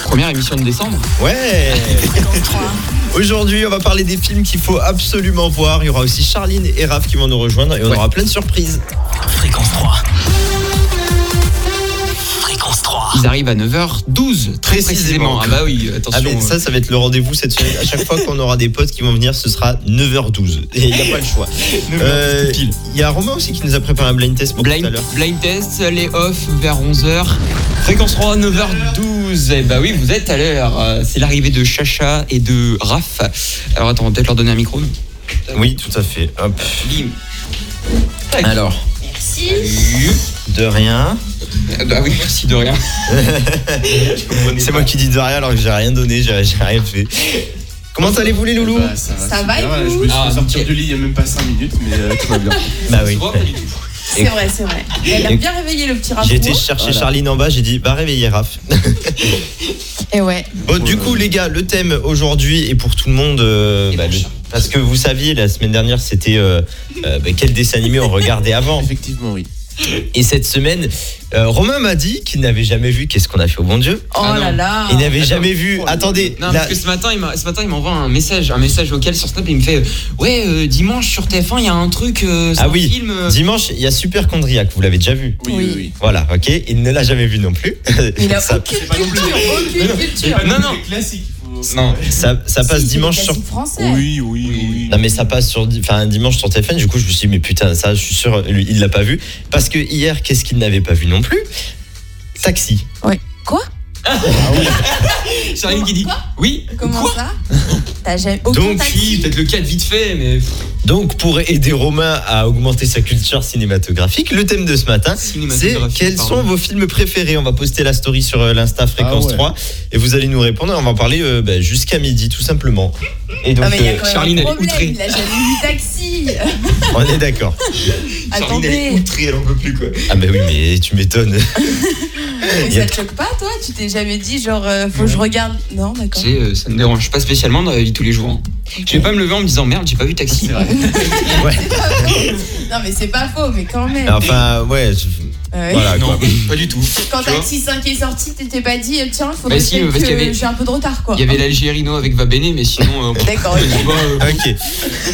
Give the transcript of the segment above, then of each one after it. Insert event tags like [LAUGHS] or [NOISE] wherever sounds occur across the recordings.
première émission de décembre. Ouais Aujourd'hui, on va parler des films qu'il faut absolument voir. Il y aura aussi Charline et Raph qui vont nous rejoindre et on Ouais. aura plein de surprises. Fréquence 3. Fréquence 3. Ils arrivent à 9h12, très Précisément. précisément. Ah bah oui, Ah attention. mais ça, ça va être le rendez-vous cette semaine. À chaque fois qu'on aura des potes qui vont venir, ce sera 9h12. Et il n'y a pas le choix. Euh, pile. Il y a Romain aussi qui nous a préparé un blind test pour tout à Blind, l'heure. blind test, les off vers 11h. Fréquence 3, 9h12. Eh bah oui, vous êtes à l'heure. Euh, C'est l'arrivée de Chacha et de Raph. Alors attends, on va peut-être leur donner un micro. Oui, tout à fait. Hop. Bim. Alors, Merci. de rien. Ah Bah oui, merci de rien. C'est moi qui dis de rien alors que j'ai rien donné, j'ai j'ai rien fait. Comment allez-vous les loulous Bah, ça va, Ça va, super. et vous Je me suis Ah, fait sortir nickel. du lit il y a même pas 5 minutes, mais euh, tout va bien. Bah [LAUGHS] oui. Tu vois, pas du tout. C'est vrai, c'est vrai. Elle a bien réveillé le petit J'ai rapport. été chercher Charline en bas, j'ai dit bah réveillez Raph. Et ouais. Bon, Euh, du coup, les gars, le thème aujourd'hui et pour tout le monde, euh, Et bah, pour le- Charles. parce que vous saviez, la semaine dernière, c'était euh, euh, bah, quel dessin animé on [LAUGHS] regardait avant. Effectivement, oui. Et cette semaine, euh, Romain m'a dit qu'il n'avait jamais vu Qu'est-ce qu'on a fait au bon Dieu. Oh Ah non. là là. Il n'avait attends. jamais vu. Attendez, Non, la- parce que ce matin, il m'a- ce matin, il m'envoie un message, un message vocal sur Snap. Il me fait euh, Ouais, euh, dimanche sur TF1, il y a un truc, euh, c'est Ah un oui. film. euh, dimanche, il y a Super Chondriac, vous l'avez déjà vu. Oui, Oui. oui, Voilà, ok, il ne l'a jamais vu non plus. Il [LAUGHS] a ça, aucune pas non plus- culture, aucune culture. Non, non. Ah, classique. faut- Non. ça, ça passe Si, c'est dimanche des sur. classiques Français. Oui, oui, oui. Non mais ça passe sur di- enfin dimanche sur téléphone du coup je me suis dit mais putain ça je suis sûr lui, il l'a pas vu parce que hier qu'est-ce qu'il n'avait pas vu non plus taxi Charline qui dit Quoi Oui, Comment quoi ça T'as jamais aucun Donc, taxi Oui, peut-être le 4 vite fait, mais. Donc, pour aider Romain à augmenter sa culture cinématographique, le thème de ce matin, c'est Cinématographique, quels pardon. sont vos films préférés On va poster la story sur euh, l'Insta Fréquence Ah ouais. 3 et vous allez nous répondre. On va en parler euh, bah, jusqu'à midi, tout simplement. Et donc, Non Ah, mais il y a euh, quand même Charline, un elle est problème, outrée. il a jamais vu taxi. on est d'accord. Charline, elle est Attendez, outrée, elle en peut plus, quoi. Ah, bah oui, mais tu m'étonnes. [LAUGHS] mais Il y a- ça te choque pas toi Tu t'es jamais dit genre euh, faut que je regarde Non Tu [LAUGHS] d'accord. sais, euh, ça me dérange pas spécialement dans la vie de tous les jours. hein. Je vais pas me lever en me disant Merde, j'ai pas vu Ah, taxi. C'est vrai. Non mais c'est pas faux mais quand même. Enfin, ouais. je- Euh, Voilà, quoi. Non, [LAUGHS] pas du tout. Quand tu vois. Taxi 5 est sorti, t'étais pas dit eh, tiens faudrait Bah si, peut-être parce qu'il y avait- que j'ai un peu de retard quoi. Il y avait l'Algérino avec Vabene, mais sinon. euh, [LAUGHS] D'accord. je sais pas, euh, Ok.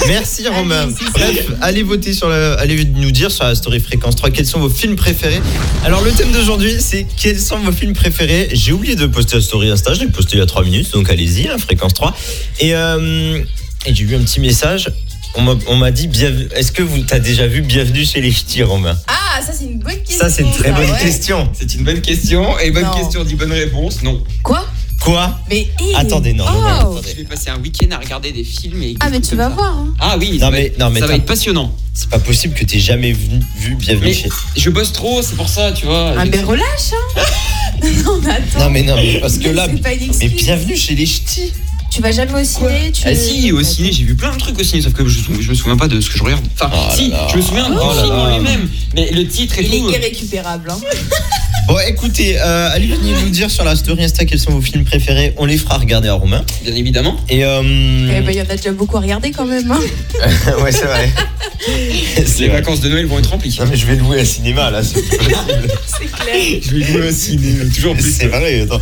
Merci Romain. Allez, c'est Bref, allez voter sur la, allez nous dire sur la story fréquence 3 quels sont vos films préférés. Alors le thème d'aujourd'hui c'est quels sont vos films préférés. J'ai oublié de poster la story Insta, je l'ai posté il y a 3 minutes donc allez-y hein, fréquence 3. Et, euh, et j'ai vu un petit message. On m'a- on m'a dit bienvenue- Est-ce que vous t'as déjà vu Bienvenue chez les ch'tis Romain Ah ça c'est une bonne question. Ça c'est une très ça, bonne ouais. question. C'est une bonne question, et bonne Non. question dit bonne réponse. Non. Quoi Quoi Mais hé Attendez non. non, non, Oh. attendez. Je vais passer un week-end à regarder des films et. Ah mais tu vas comme ça. voir. Hein. Ah oui, Non, ça, mais- va, être- non, mais ça va t'as- être passionnant. C'est pas possible que t'aies jamais vu, vu Bienvenue Mais- chez. Je bosse trop, c'est pour ça, tu vois. Ah Je- mais relâche hein. [LAUGHS] non mais attends. Non mais non mais parce que là. C'est pas une Mais excuse. bienvenue chez les ch'tis. Tu vas jamais au ciné tu... Ah si, au ciné, j'ai vu plein de trucs au ciné, sauf que je, je me souviens pas de ce que je regarde. Enfin, Oh là si, là. je me souviens Oh du là film en là. lui-même, mais le titre et Il tout. est euh, irrécupérable hein. Hmm. Bon, écoutez, euh, allez venir nous dire sur la story Insta quels sont vos films préférés. On les fera regarder à Romain. Bien évidemment. Et euh, Eh ben, il y en a déjà beaucoup à regarder quand [LAUGHS] même hein. ouais, c'est vrai. Les c'est vrai. Ah, vacances de Noël vont être remplies. Non, mais je vais louer un cinéma là. c'est- C'est clair. Je vais jouer au ciné, toujours C'est vrai. attends.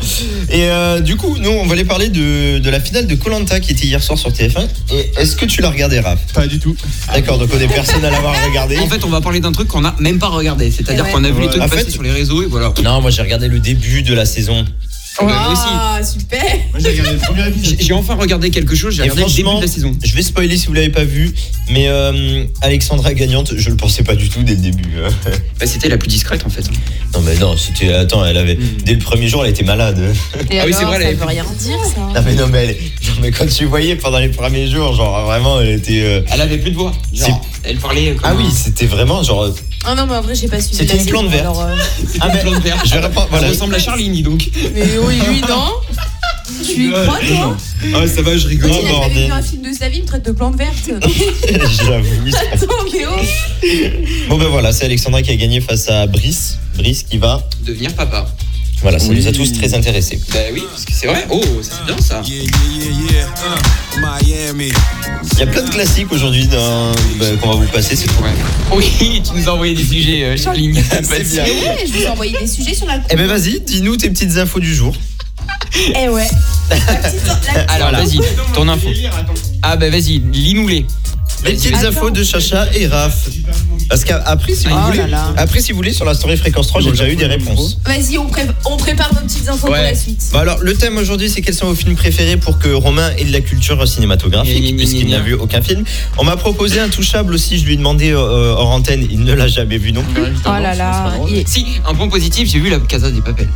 Et euh, du coup, nous, on va aller parler de, de la finale de Colanta qui était hier soir sur TF1. Et est-ce que tu l'as regardé, Raph Pas du tout. D'accord, donc on est personne à l'avoir regardé. En fait, on va parler d'un truc qu'on a même pas regardé. C'est-à-dire Ouais. qu'on a vu les Ouais. trucs En passer fait- sur les réseaux et voilà. Non, moi j'ai regardé le début de la saison. Bah, moi Ah super. Moi, j'ai regardé le premier J'ai épisode. j'ai enfin regardé quelque chose, j'ai Et regardé le début franchement- de la saison. Je vais spoiler si vous l'avez pas vu, mais euh, Alexandra Gagnante, je le pensais pas du tout dès le début. euh. Bah, C'était la plus discrète en fait. Non mais non, c'était attends, elle avait Mm. dès le premier jour, elle était malade. [LAUGHS] Et Ah oui, c'est alors, vrai, elle ça avait- veut rien dire ça. Non mais non mais, elle- non, mais quand tu voyais pendant les premiers jours, genre vraiment, elle était. euh, Elle avait plus de voix. Genre, elle parlait comme Ah un- oui, c'était vraiment genre. Ah non mais en vrai j'ai pas suivi. C'était la une saison, plante verte. alors, euh, Ah mais plein de verre. je vais répondre. Elle Voilà. ressemble à Charline, dis donc. Mais oui lui non. Tu y Euh, crois toi Ah, ça va, je rigole. Quand il a jamais bordel. vu un film de sa vie, il me traite de [LAUGHS] plante verte. [LAUGHS] J'avoue. oui. Attends, mais oh Bon ben voilà, c'est Alexandra qui a gagné face à Brice. Brice qui va. Devenir papa. Voilà, ça Oui. nous a tous très intéressés. Bah oui, parce que c'est vrai. Oh, c'est bien ça. Yeah, yeah, yeah, yeah. Uh, Miami. Il y a plein de classiques aujourd'hui dans- ben, qu'on va vous passer. C'est Ouais. Oui, tu nous as envoyé des sujets, euh, [LAUGHS] Charline. C'est bien. ben, Mais ouais, je vous ai envoyé des sujets sur la Eh ben vas-y, dis-nous tes petites infos du jour. Eh ouais. La petite- la petite- Alors, Voilà. vas-y, ton info. Ah, bah vas-y, lis-nous-les. Les petites Attends. infos de Chacha et Raph. Parce qu'après, si vous Oh voulez, là là. après, si vous voulez, sur la story fréquence 3, j'ai déjà eu des réponses. Vas-y, on, pré- on prépare nos petites infos pour Ouais. la suite. Bah alors, le thème aujourd'hui, c'est quels sont vos films préférés pour que Romain ait de la culture Gna, gna, gna, cinématographique, puisqu'il gna. n'a vu aucun film. On m'a proposé un touchable aussi, je lui ai demandé euh, hors antenne, il ne l'a jamais vu non plus. Oh là là. il- Si, un point positif, j'ai vu la Casa des Papel.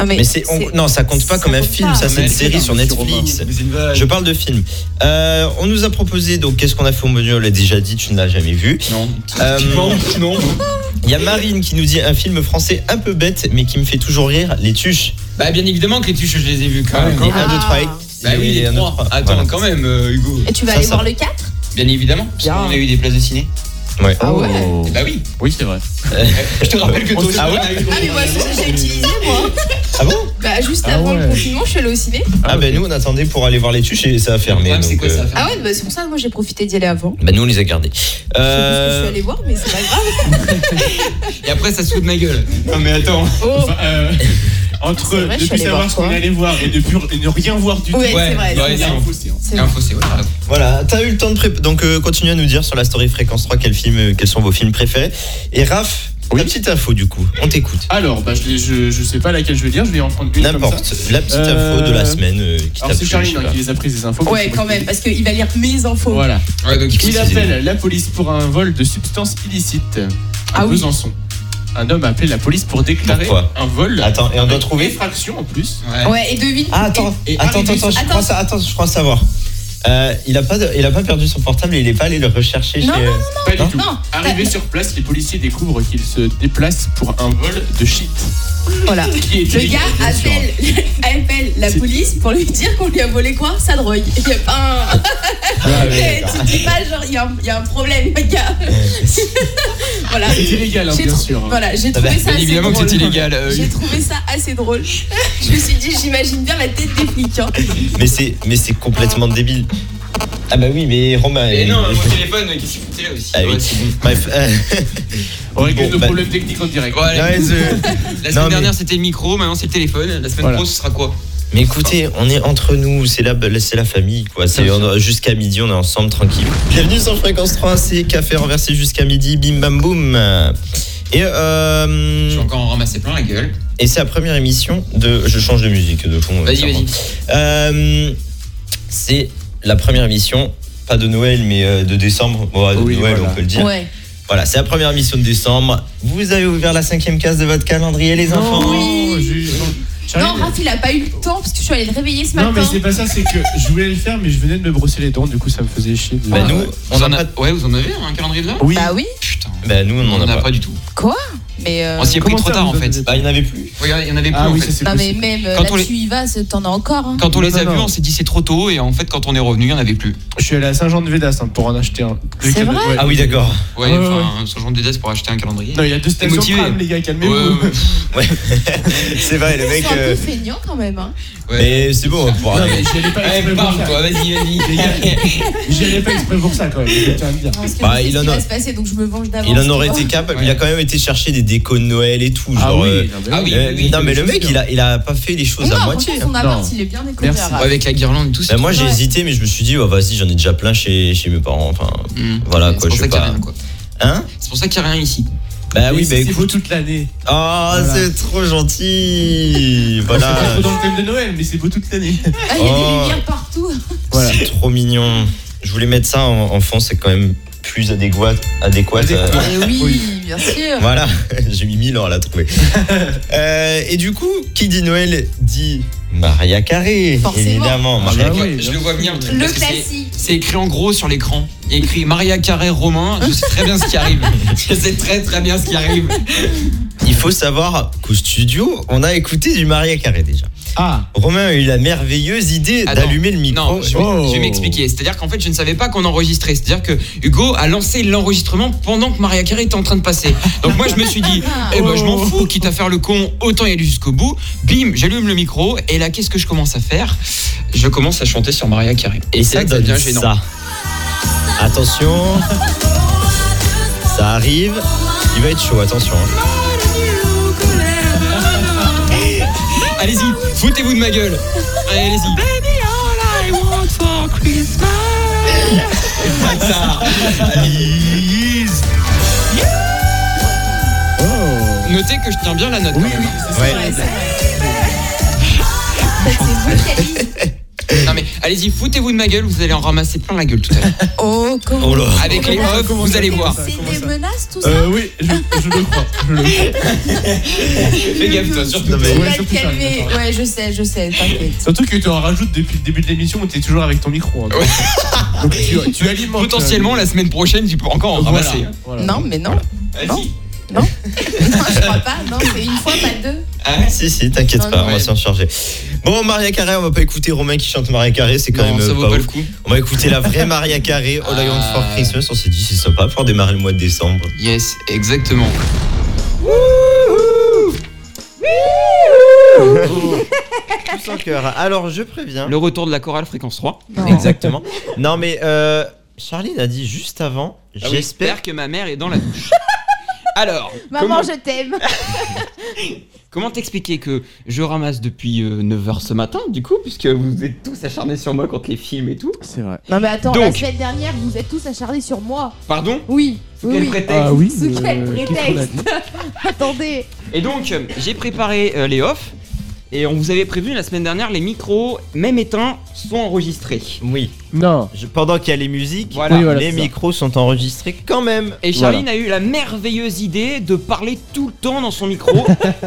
Ah, Mais c'est, on- non, ça compte pas ça comme un compte film, pas. ça c'est une Mais- série sur Mais Netflix. Robin, mais c'est une vanne. Je parle de film. Euh, on nous a proposé, donc qu'est-ce qu'on a fait au menu On l'a déjà dit, tu ne l'as jamais vu. Non. Euh, non. Il y a Marine qui nous dit un film français un peu bête, mais qui me fait toujours rire, Les Tuches. Bah, bien évidemment que les tuches, je les ai vues quand même. Et un, deux, trois. et- Bah Ah, oui, et les un, deux, trois. trois. Attends, Voilà. quand même, euh, Hugo. Et tu vas Ça, aller ça- voir le 4 Bien évidemment, parce Bien. qu'on a eu des places de ciné. Ouais. Ah ouais. Et Bah oui. Oui, c'est vrai. Je te rappelle que toi aussi, Ah ouais on a eu. Ah, mais moi, ça, j'ai utilisé, moi. Ah bon Bah, juste Ah avant le ouais. confinement, je suis allée au ciné. Ah, ben nous on attendait pour aller voir Les Tuches et ça a Le fermé. problème, c'est donc, quoi ça euh, va faire Ah ouais, bah, c'est pour ça que moi, j'ai profité d'y aller avant. bah nous on les a gardés. [LAUGHS] Je suis Euh, allée voir, mais c'est [LAUGHS] pas grave. Et après, ça se fout de ma gueule. Non, mais attends. Oh. Enfin, euh, entre C'est vrai, je ne suis plus allée savoir voir ce qu'on toi. allait voir et de plus- et ne rien voir du tout. Ouais, Ouais, c'est vrai. ouais, Il y a c'est un hein. bon. faux séance. c'est Et vrai. un fossé, ouais, t'as raison. voilà, t'as eu le temps de préparer. Donc euh, continue à nous dire sur la story fréquence 3 quel film, euh, quels sont vos films préférés. Et Raph, Oui. la petite info du coup, on t'écoute. Alors, bah, je, je, je sais pas laquelle je vais dire, je vais en prendre une. comme ça. N'importe, la petite Euh, info de la semaine euh, qui t'a Alors, c'est plu, je Charline sais hein, pas. qui les a prises, les infos. parce Ouais, que moi, quand je- même, parce qu'il va lire mes infos. Voilà. Ouais, donc, Il c'est- appelle la police pour un vol de substances illicites à Ah oui. Besançon. Un homme a appelé la police pour déclarer Pourquoi un vol. Attends, et on doit avec trouver Effraction en plus. Ouais. Ouais, et devine. Ah, [LAUGHS] attends, Et- et attends, attends, arrivé attends, je sur- crois, Attends. sa- attends, je crois savoir. Euh, il, a pas de- il a pas perdu son portable et il est pas allé le rechercher Non, chez. euh, non, Pas Non. du tout. Non. Arrivé sur place, les policiers découvrent qu'il se déplace pour un vol de shit. Voilà. Qui est Le illégal, gars bien sûr. appelle, [LAUGHS] appelle la C'est- police pour lui dire qu'on lui a volé quoi Sa drogue. Il y a pas un... Ah, [LAUGHS] tu te dis pas, genre, il y, a un- il y a un problème, les gars. [LAUGHS] voilà. C'est illégal, hein, J'ai bien trou- sûr. Voilà, j'ai trouvé bah, ça Bien assez évidemment que drôle. c'est illégal. euh, J'ai trouvé ça assez drôle. Je me suis dit, j'imagine bien la tête des flics. hein. [LAUGHS] Mais c'est, mais c'est complètement débile. Ah bah oui, mais Romain. Et il- non, mon téléphone, qu'est-ce qu'il foutait là aussi Ah oui. Ouais, c'est bon. Bref. euh, [LAUGHS] On règle Bon, nos bah- problèmes techniques en direct. Ouais, allez. ouais, je- [LAUGHS] La semaine mais- dernière, c'était le micro, maintenant c'est le téléphone. La semaine Voilà. pro, ce sera quoi Mais écoutez, on est entre nous, c'est la, bah, c'est la famille, quoi. C'est, on- jusqu'à midi, on est ensemble, tranquille. Bienvenue sur Fréquence 3, c'est Café renversé jusqu'à midi, bim bam boum. Et, euh, Je Hmm. vais encore en ramasser plein la gueule. et c'est la première émission de. Je change de musique de fond. Vas-y, clairement. vas-y. Euh, c'est la première émission, pas de Noël, mais euh, de décembre. Ouais, de Oui, Noël, voilà. on peut le dire. Voilà, c'est la première émission de décembre. Vous avez ouvert la cinquième case de votre calendrier, les Oh enfants. Non, je- Non, Charline, Raph, il a pas eu le temps parce que je suis allée le réveiller ce Non, mais matin. c'est pas ça, c'est que je voulais le faire, mais je venais de me brosser les dents, du coup ça me faisait chier. de- Bah, nous, on Vous en n'a a- pas. Ouais, vous en avez un calendrier de l'heure Oui, Bah oui, Putain. Bah, nous, on On en a en a pas. pas du tout. mais. euh, On s'y est pris Comment trop ça, tard vous en en avez fait. Bah, il n'y en avait plus. Regarde, il y en avait plus ah en oui, ça fait. c'est Non, mais possible. même euh, Quand on là-dessus, les- il va, c'est- t'en as encore. hein. Quand on les Non, a non, vus, non. on s'est dit c'est trop tôt et en fait quand on est revenu, il y en avait plus. Je suis allé à Saint-Jean-de-Védas hein, pour en acheter un. Le C'est cadeau- vrai ouais. Ah oui, d'accord. Ouais, Ah ouais, enfin, ce genre de dettes pour acheter un calendrier. Non, il y a deux stations de motivé. tram, les gars, Ouais, calmez-vous. ouais, ouais. [LAUGHS] C'est vrai, le Ils mec. sont un euh, peu feignants quand même. hein. Mais c'est hein, bon, on pourra. [LAUGHS] Non, mais j'y allais pas Allez, exprès pour parle ça. toi, vas-y, [LAUGHS] vas-y. J'y allais pas exprès pour ça, quand même. je tiens à le dire. Non, parce que Bah, je sais il ce en qui a- va se passer, donc je me venge d'avance. Il en aurait tu vois. été capable. Il a quand même été chercher des décos de Noël et tout. Ah genre, euh, oui, non, mais Ah oui, euh, oui, oui, non, mais je le suis mec, sûr. il a, il a pas fait les choses Non, à franchement, moitié. Son appart, Non. il est bien découvert. Merci. Raph. Avec la guirlande, tout ça. Bah, moi, j'ai Ouais. hésité, mais je me suis dit, oh, vas-y, j'en ai déjà plein chez, chez mes parents. Enfin, Hmm. voilà, C'est quoi, pour je ça sais qu'il y a pas. rien quoi. Hein C'est pour ça qu'il y a rien ici. Bah Ah Mais oui, bah c'est écoute. beau toute l'année. Oh, Voilà. c'est trop [LAUGHS] gentil. C'est pas Voilà. trop dans le thème de Noël, mais c'est beau toute l'année. Ah, il y Oh. a des lumières partout. Voilà. C'est trop mignon. Je voulais mettre ça en, en fond, c'est quand même plus adéquat. adéquat euh, Eh oui, bien sûr. [LAUGHS] Voilà, j'ai mis 1000 ans à la trouver. [LAUGHS] Euh, et du coup, qui dit Noël dit Maria Carré, Forcément. Ah évidemment. Mariah bah Carey. oui, je bien le vois sûr. venir le truc. Le parce que c'est- classique. C'est écrit en gros sur l'écran. Il y a écrit Maria Carré Romain. Je sais très bien ce qui arrive. Je sais très très bien ce qui arrive. Il faut savoir qu'au studio, on a écouté du Maria Carré déjà. Ah, Romain a eu la merveilleuse idée Attends. d'allumer le micro. Ah Non, je vais, Oh. je vais m'expliquer. C'est-à-dire qu'en fait, je ne savais pas qu'on enregistrait. C'est-à-dire que Hugo a lancé l'enregistrement pendant que Maria Carey était en train de passer. Donc moi, je me suis dit, eh ben, je m'en fous, quitte à faire le con, autant y aller jusqu'au bout. Bim, j'allume le micro. Et là, qu'est-ce que je commence à faire Je commence à chanter sur Maria Carey. Et c'est là que ça devient gênant. ça. Attention. Ça arrive. Il va être chaud, attention. Allez-y, foutez-vous de ma gueule. Allez, allez-y. Notez que je tiens bien la note. quand même. Ouais. Ouais, c'est vrai. Ça, c'est vocalise. Non mais allez-y, foutez-vous de ma gueule, vous allez en ramasser plein la gueule tout à l'heure. Oh, comment Oh là. Avec les off, vous allez voir. C'est des menaces, tout ça Euh, oui, je, je le crois. Je le crois. [LAUGHS] Fais gaffe toi, surtout. Non, mais- Tu ouais, vas te surtout ça, calmer. d'accord. Ouais, je sais, je sais, t'inquiète. Surtout que tu en rajoutes depuis le début de l'émission où t'es toujours avec ton micro. hein. Donc tu, tu alimentes. Potentiellement la semaine prochaine, tu peux encore en euh, voilà. ramasser. Voilà. Non, mais non. [LAUGHS] Non. Non. Non, je crois pas. Non, c'est une fois, pas deux. Ah, Si, si, t'inquiète Non, pas, non, on va ouais. s'en charger. Bon, Maria Carré, on va pas écouter Romain qui chante Maria Carré, c'est quand Non, même ça euh, vaut pas pas le ouf. coup. On va écouter la vraie Maria Carré, All I Want for Ah. Christmas. On s'est dit, c'est sympa pour démarrer le mois de décembre. Yes, exactement. Sans cœur. Alors, je préviens. Le retour de la chorale fréquence 3. Exactement. Non, mais euh, Charline a dit juste avant, j'espère. J'espère que ma mère est dans la [LAUGHS] douche. Alors, Maman, comment- je t'aime. Comment t'expliquer que je ramasse depuis 9h ce matin, du coup, puisque vous êtes tous acharnés sur moi contre les films et tout C'est vrai. Non mais attends, la Donc. semaine dernière, vous êtes tous acharnés sur moi. Pardon Oui, oui, Quel oui. prétexte oui. Ah, euh, Sous quel prétexte Attendez. Et donc, euh, j'ai préparé euh, les offs, et on vous avait prévenu la semaine dernière, les micros, même éteints, sont enregistrés. Oui, Non. Je- pendant qu'il y a les musiques, Voilà. Oui, voilà, les c'est ça. micros sont enregistrés quand même. Et Charline a eu la merveilleuse idée de parler tout le temps dans son micro.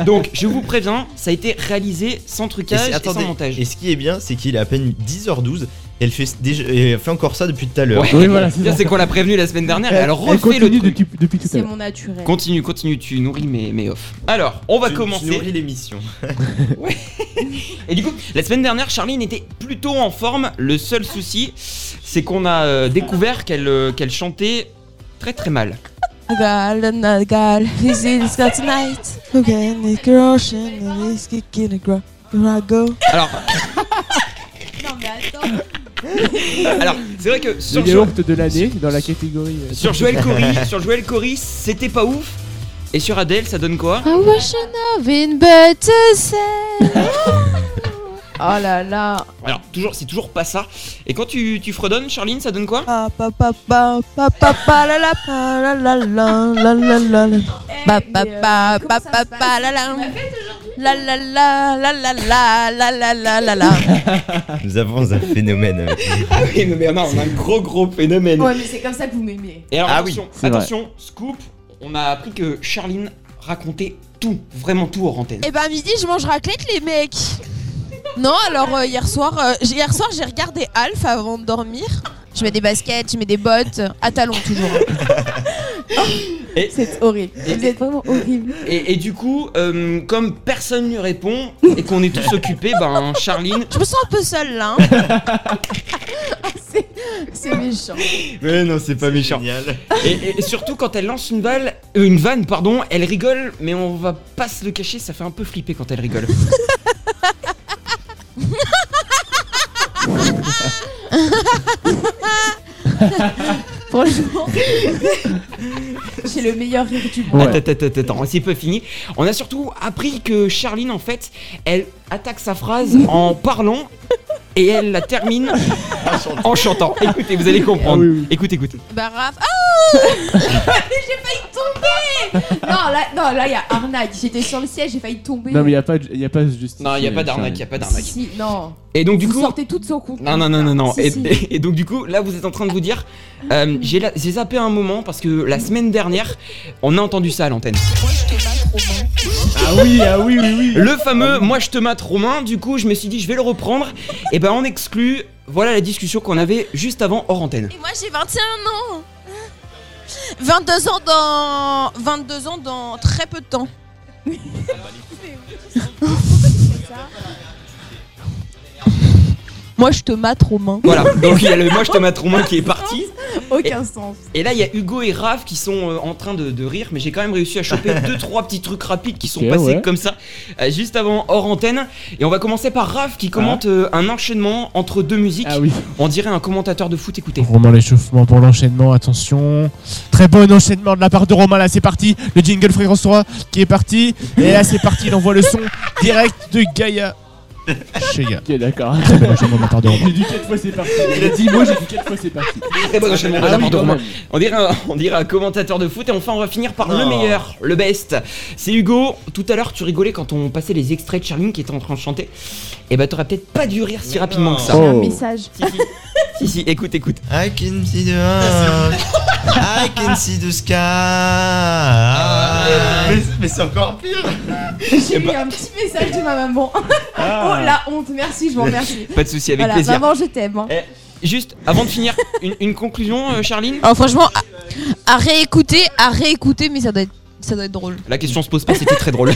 donc, je vous préviens, ça a été réalisé sans trucage c'est- et, sans attendez, montage. et ce qui est bien, c'est qu'il est à peine 10h12 et elle fait, déjà, et elle fait encore ça depuis tout à l'heure. Ouais. Oui, voilà, c'est Bien, ça. c'est qu'on l'a prévenu la semaine Eh, dernière, et Elle alors refais le continue truc. depuis, depuis tout à C'est l'heure. mon naturel. Continue, continue, tu nourris mes, mes offs. Alors, on va Tu- tu commencer. nourris l'émission. Et du coup, la semaine dernière, Charline était plutôt en forme. Le seul souci, c'est qu'on a euh, découvert qu'elle euh, qu'elle chantait très très mal. Girl, I'm not a girl, he's in his car tonight. [LAUGHS] Look at the crush and the is kicking the ground. Here I go. Alors, [LAUGHS] Non, mais attends. alors c'est vrai que Le sur, Jo- yaourt de l'année dans la catégorie. euh, sur Joël Cory, sur Joël Cory, c'était pas ouf. Et sur Adèle, ça donne quoi I wish I know in but to say. Oh là là. Alors, toujours, c'est toujours pas ça. Et quand tu, tu fredonnes, Charline, ça donne quoi Pa pa pa pa pa pa pa la la pa la la la la la la la. Eh, Pa pa euh, pa pa pa pa la la. La la la la la la la la la la la. Nous avons un phénomène avec Ah oui, mais on a un gros gros phénomène. Ouais, mais c'est comme ça que vous m'aimez. Et alors, Ah oui, attention, c'est vrai. attention, scoop, on a appris que Charline racontait tout, vraiment tout hors antenne. Eh ben midi, je mange raclette les mecs. Non, alors euh, hier soir, euh, j'ai- hier soir j'ai regardé Alf avant de dormir. Je mets des baskets, je mets des bottes, euh, à talons toujours. C'est horrible. Vous êtes vraiment horrible. Et, et du coup, euh, comme personne ne répond et qu'on est [LAUGHS] tous occupés, ben Charline. Je me sens un peu seule là. hein. [LAUGHS] C'est méchant. Mais non, c'est pas méchant. Et, et surtout quand elle lance une balle, euh, une vanne, pardon, elle rigole, mais on va pas se le cacher, ça fait un peu flipper quand elle rigole. Franchement, j'ai le meilleur rire du monde. Ouais. Attends, attends, attends, attends, c'est pas fini. On a surtout appris que Charline, en fait, elle attaque sa [LAUGHS] phrase en parlant et elle la termine en chantant. Écoutez, vous allez comprendre. Ah oui, oui. Écoute, écoute. Bah Raph, ah, [LAUGHS] Non, là, non, là, il y a arnaque. J'étais sur le siège, j'ai failli tomber. Non, mais il n'y a pas de y a pas de justice. Non, y a pas euh, d'arnaque, y a Charline. pas d'arnaque. Si, non. Et donc du vous coup. sortez tout de son compte. Non, non, non, non, non. Si, et, si. [LAUGHS] et- et donc, du coup, là, vous êtes en train de vous dire, euh, j'ai la- j'ai zappé un moment parce que la semaine dernière, on a entendu ça à l'antenne. Ah oui, ah oui, oui, oui. Le fameux Moi, je te mate Romain. Du coup, je me suis dit, je vais le reprendre. Et ben, on exclut. Voilà la discussion qu'on avait juste avant hors antenne. et moi j'ai 21 ans. 22 ans dans 22 ans dans très peu de temps. [LAUGHS] Moi, je te mate, Romain. Voilà, donc il y a le moche tomate roumain qui est parti. Aucun sens. Et là, il y a Hugo et Raph qui sont euh, en train de, de rire, mais j'ai quand même réussi à choper deux trois petits trucs rapides qui sont Ok, passés ouais. comme ça, euh, juste avant hors antenne. Et on va commencer par Raph qui commente euh, un enchaînement entre deux musiques. Ah oui. On dirait un commentateur de foot. Écoutez. Romain l'échauffement pour l'enchaînement, attention. Très bon enchaînement de la part de Romain, là c'est parti. Le jingle fréquence 3 qui est parti. Et là c'est parti, il envoie le son direct de Gaïa. Chez Gaïa. Ok, d'accord. Très bon enchaînement de la part de Romain. J'ai dit 4 fois c'est parti. Il a dit moi j'ai dit 4 fois c'est parti. Très bon enchaînement de Ah la oui, part de quand Romain. même. On dirait, un, on dirait un commentateur de foot et enfin on va finir par le Oh. meilleur, le best. C'est Hugo, tout à l'heure tu rigolais quand on passait les extraits de Charline qui était en train de chanter. Et bah t'aurais peut-être pas dû rire si rapidement que ça. Oh. Un message. Si si, écoute, écoute. I can see the rock. I can see the sky. mais c'est encore pire. J'ai eu un petit message de ma maman. [LAUGHS] oh la honte, merci, je vous remercie. Pas de souci, avec voilà, plaisir. maman, je t'aime. hein. Juste, avant de finir, une, une conclusion, euh, Charline Alors, franchement, à, à réécouter, à réécouter, mais ça doit être, ça doit être drôle. La question se pose pas, c'était très drôle.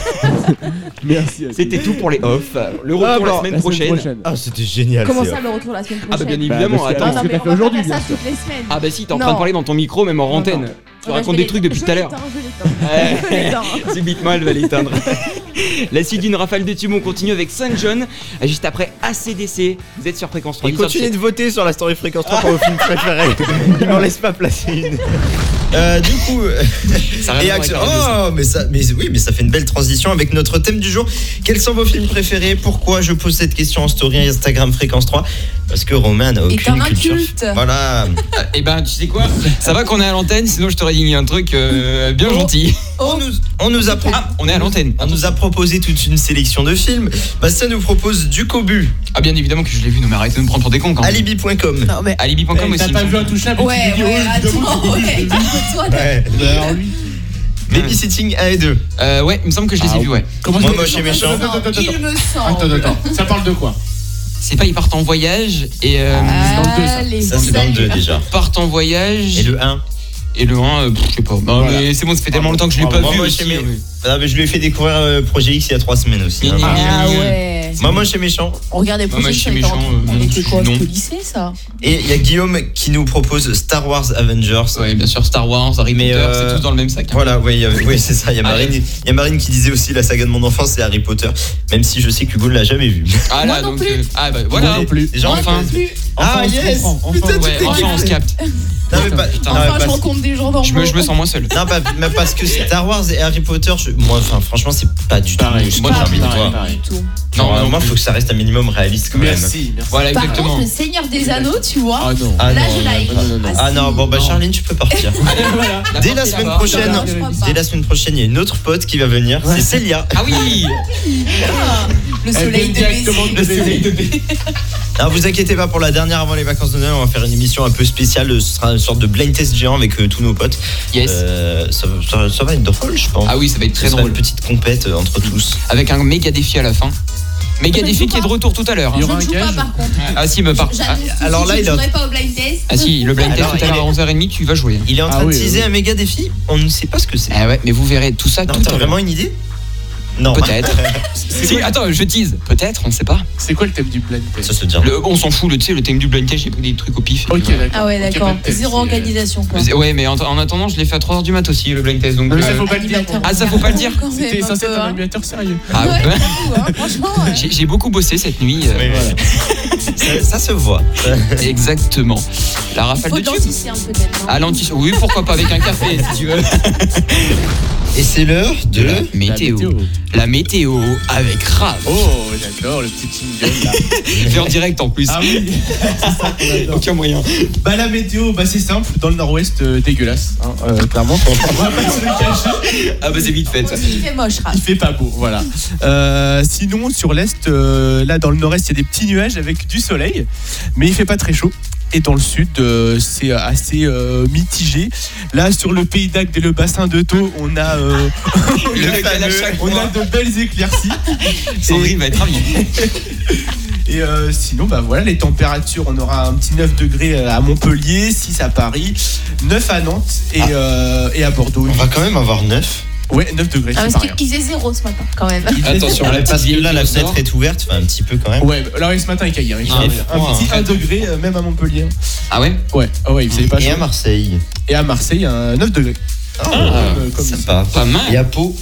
Merci. C'était tout pour les off. Le retour Ah, la bah, semaine prochaine. Ah, c'était génial. Comment c'est- ça, le retour la semaine prochaine Ah bah bien Bah, évidemment, parce que- attends. Non, non, ce que mais t'as on fait va aujourd'hui, faire ça bien sûr. toutes les semaines. Ah bah si, t'es en Non. train de parler dans ton micro, même en antenne. Tu Ouais, racontes je des l'ai- trucs depuis je tout à l'ai l'heure. éteint, je [LAUGHS] l'ai éteint. Je l'ai éteint. C'est Bitmo, elle va l'éteindre. [LAUGHS] La suite d'une rafale de tubes, on continue avec Saint John, juste après ACDC. Vous êtes sur Fréquence 3. Et continuez de voter sur la story fréquence 3 pour vos films [LAUGHS] préférés. Il m'en laisse pas placer une. Euh, du coup, euh, Ça a rien et à voir avec action- la radio, oh, mais ça, mais oui, mais ça fait une belle transition avec notre thème du jour. Quels sont vos films préférés Pourquoi je pose cette question en story Instagram fréquence 3 Parce que Romain n'a Et t'es aucune un culture. inculte. Voilà. Et ben, tu sais quoi Ça va qu'on est à l'antenne, sinon je t'aurais dit un truc euh, bien Oh. gentil. On nous, on nous [LAUGHS] apprend. Ah, on est à l'antenne. On nous a proposé toute une sélection de films. Bastien nous propose du cobu, Ah, bien évidemment que je l'ai vu, non mais arrêtez de me prendre pour des cons quand même. alibi.com. Non, mais Alibi.com Eh, aussi. T'as il me pas vu semble. un touchable Ouais, ouais, attends, ouais, calme-toi. Ouais. Alors lui. Babysitting 1 et 2. Euh, ouais, il me semble que je les ai Ah, vus, ouais. Comment Moi, ça- moche et méchant. Attends, attends, attends, Il me Attends, semble. attends, ça parle de quoi C'est pas, ils partent en voyage et. euh, Allez, Ça, c'est dans le 2 déjà. partent en voyage Et le 1. et le 1 euh, pff, je sais pas Non, Voilà. mais c'est Ah, bon ça fait tellement longtemps que je l'ai Bravo, pas vu bravo, aussi, chez euh, mes- mais- Ah, mais je lui ai fait découvrir euh, Projet X il y a 3 semaines aussi. Ni- ni- hein. Ah ni- ni- ouais. Moi, moi, chez méchant. On regarde les Moi, moi, je suis projections, méchant, on était en- euh, On était je quoi suis C'était non. au lycée, ça Et il y a Guillaume qui nous propose Star Wars Avengers. Ouais, bien sûr Star Wars Harry Mais, Potter euh, c'est tous dans le même sac hein. Voilà, oui, euh, oui c'est ça. Il y, a Ah, Marine, il y a Marine qui disait aussi la saga de mon enfance, c'est Harry Potter. Même si je sais qu'Hugo ne l'a jamais vu. ah Moi là non donc plus. euh, ah bah voilà non plus. Déjà, Moi enfin. non plus. Ah, Enfin, on se yes comprend, enfin, Putain, tu ouais t'es enfin on se capte Non, mais pas. non, mais Enfin, je pas- rencontre des gens dans je le me, je me monde. sens moins seul Non, pas- mais parce que Star Wars et Harry Potter, je- moi, enfin, franchement, c'est pas du tout. Pareil, je moi, j'ai non envie de pareil, voir. pareil. non, Genre, non moi, plus. faut que ça reste un minimum réaliste quand même. Merci, merci. voilà Par contre, exactement le Seigneur des Anneaux, tu vois. Ah non. Ah Là, non, je non, like. non, non, non. Ah non, bon, bah, Charline, tu peux [LAUGHS] partir. La Dès porte la est semaine là-bas. prochaine, Non, non, je crois pas. dès la semaine prochaine, il y a une autre pote qui va venir, c'est Célia. ah oui Le Elle soleil vient de directement Béziers. de baiser. [LAUGHS] Alors vous inquiétez pas pour la dernière avant les vacances de Noël, on va faire une émission un peu spéciale, ce sera une sorte de blind test géant avec euh, tous nos potes. yes Euh, ça, ça- ça va être drôle, je pense. ah oui ça va être très Ce sera drôle une petite compète euh, entre tous. avec un méga défi à la fin méga Je ne défi joue qui est de pas. retour tout à l'heure hein. Il y Je aura ne un joue pas, gage. par contre. ah si me par ah, J'annonce alors alors là, là, il je a- jouerai pas au blind test. ah si le blind test Alors, tout à l'heure à 11h30 tu vas jouer hein. Il est en train Ah de oui, teaser oui. un méga défi, on ne sait pas ce que c'est. ah ouais mais vous verrez tout ça Non, tout à t'as l'heure vraiment une idée Non. peut-être [LAUGHS] si attends je tease peut-être on sait pas C'est quoi le thème du blind Ça test se dit. Le- on s'en fout, le, tu sais, le thème du blind test, j'ai pris des trucs au pif. Ok, d'accord. Ah ouais, Ok, d'accord. blind test, Zéro c'est- organisation, quoi. Mais- Ouais, mais en, en attendant, je l'ai fait à 3h du mat aussi, le blind test. Donc, Non, mais ça euh, faut pas le dire. Animateur. Ah, ça, faut pas le dire. Quand même, C'était un censé peu, être un hein. animateur sérieux. ah, Ouais, bah, j'avoue, hein, franchement. ouais. [LAUGHS] j'ai j'ai beaucoup bossé cette nuit. euh, [LAUGHS] Mais- ça, ça se voit. Exactement. La rafale Faut de de tube. l'anticien, peut-être. non Ah, l'anti- Oui, pourquoi pas avec un café si tu veux. Et c'est l'heure de. La météo. La météo avec Raph. Oh, d'accord, le petit [LAUGHS] jingle là. Fait en direct en plus. ah [LAUGHS] oui [LAUGHS] Aucun moyen. Bah la météo, bah c'est simple, dans le nord-ouest, euh, dégueulasse, hein, euh, clairement. On va pas se le cacher, Ah, bah, c'est vite fait. ça. Il fait moche, Raph. il fait pas beau, voilà. Euh, sinon, sur l'est, euh, là dans le nord-est, il y a des petits nuages avec du soleil, mais il fait pas très chaud. Et dans le sud, euh, c'est assez euh, mitigé. Là, sur le pays d'Agde et le bassin de Thau, on a, euh, Le mec, à chaque on a fois. de belles éclaircies. Sandrine va être ravie. Et euh, sinon, bah voilà, les températures, on aura un petit 9 degrés à Montpellier, 6 à Paris, 9 à Nantes et, euh, et à Bordeaux. On va quand même avoir 9. Ouais, 9 degrés, Ah, c'est pas parce rien. qu'il faisait zéro ce matin quand même. Attention, la petite Parce que vieille là, Ah, la qui ressort. fenêtre est ouverte, enfin un petit peu quand même. Ouais, là oui, ce matin il caillait. hein, il Ah, faisait ouais. un petit 1 degré, euh, même à Montpellier. Ah ouais Ouais, ah ouais, il faisait pas Et chaud. à Marseille. Et à Marseille, un 9 degrés. Ah, Comme- comme ici. sympa. Pas mal. Et à Pau.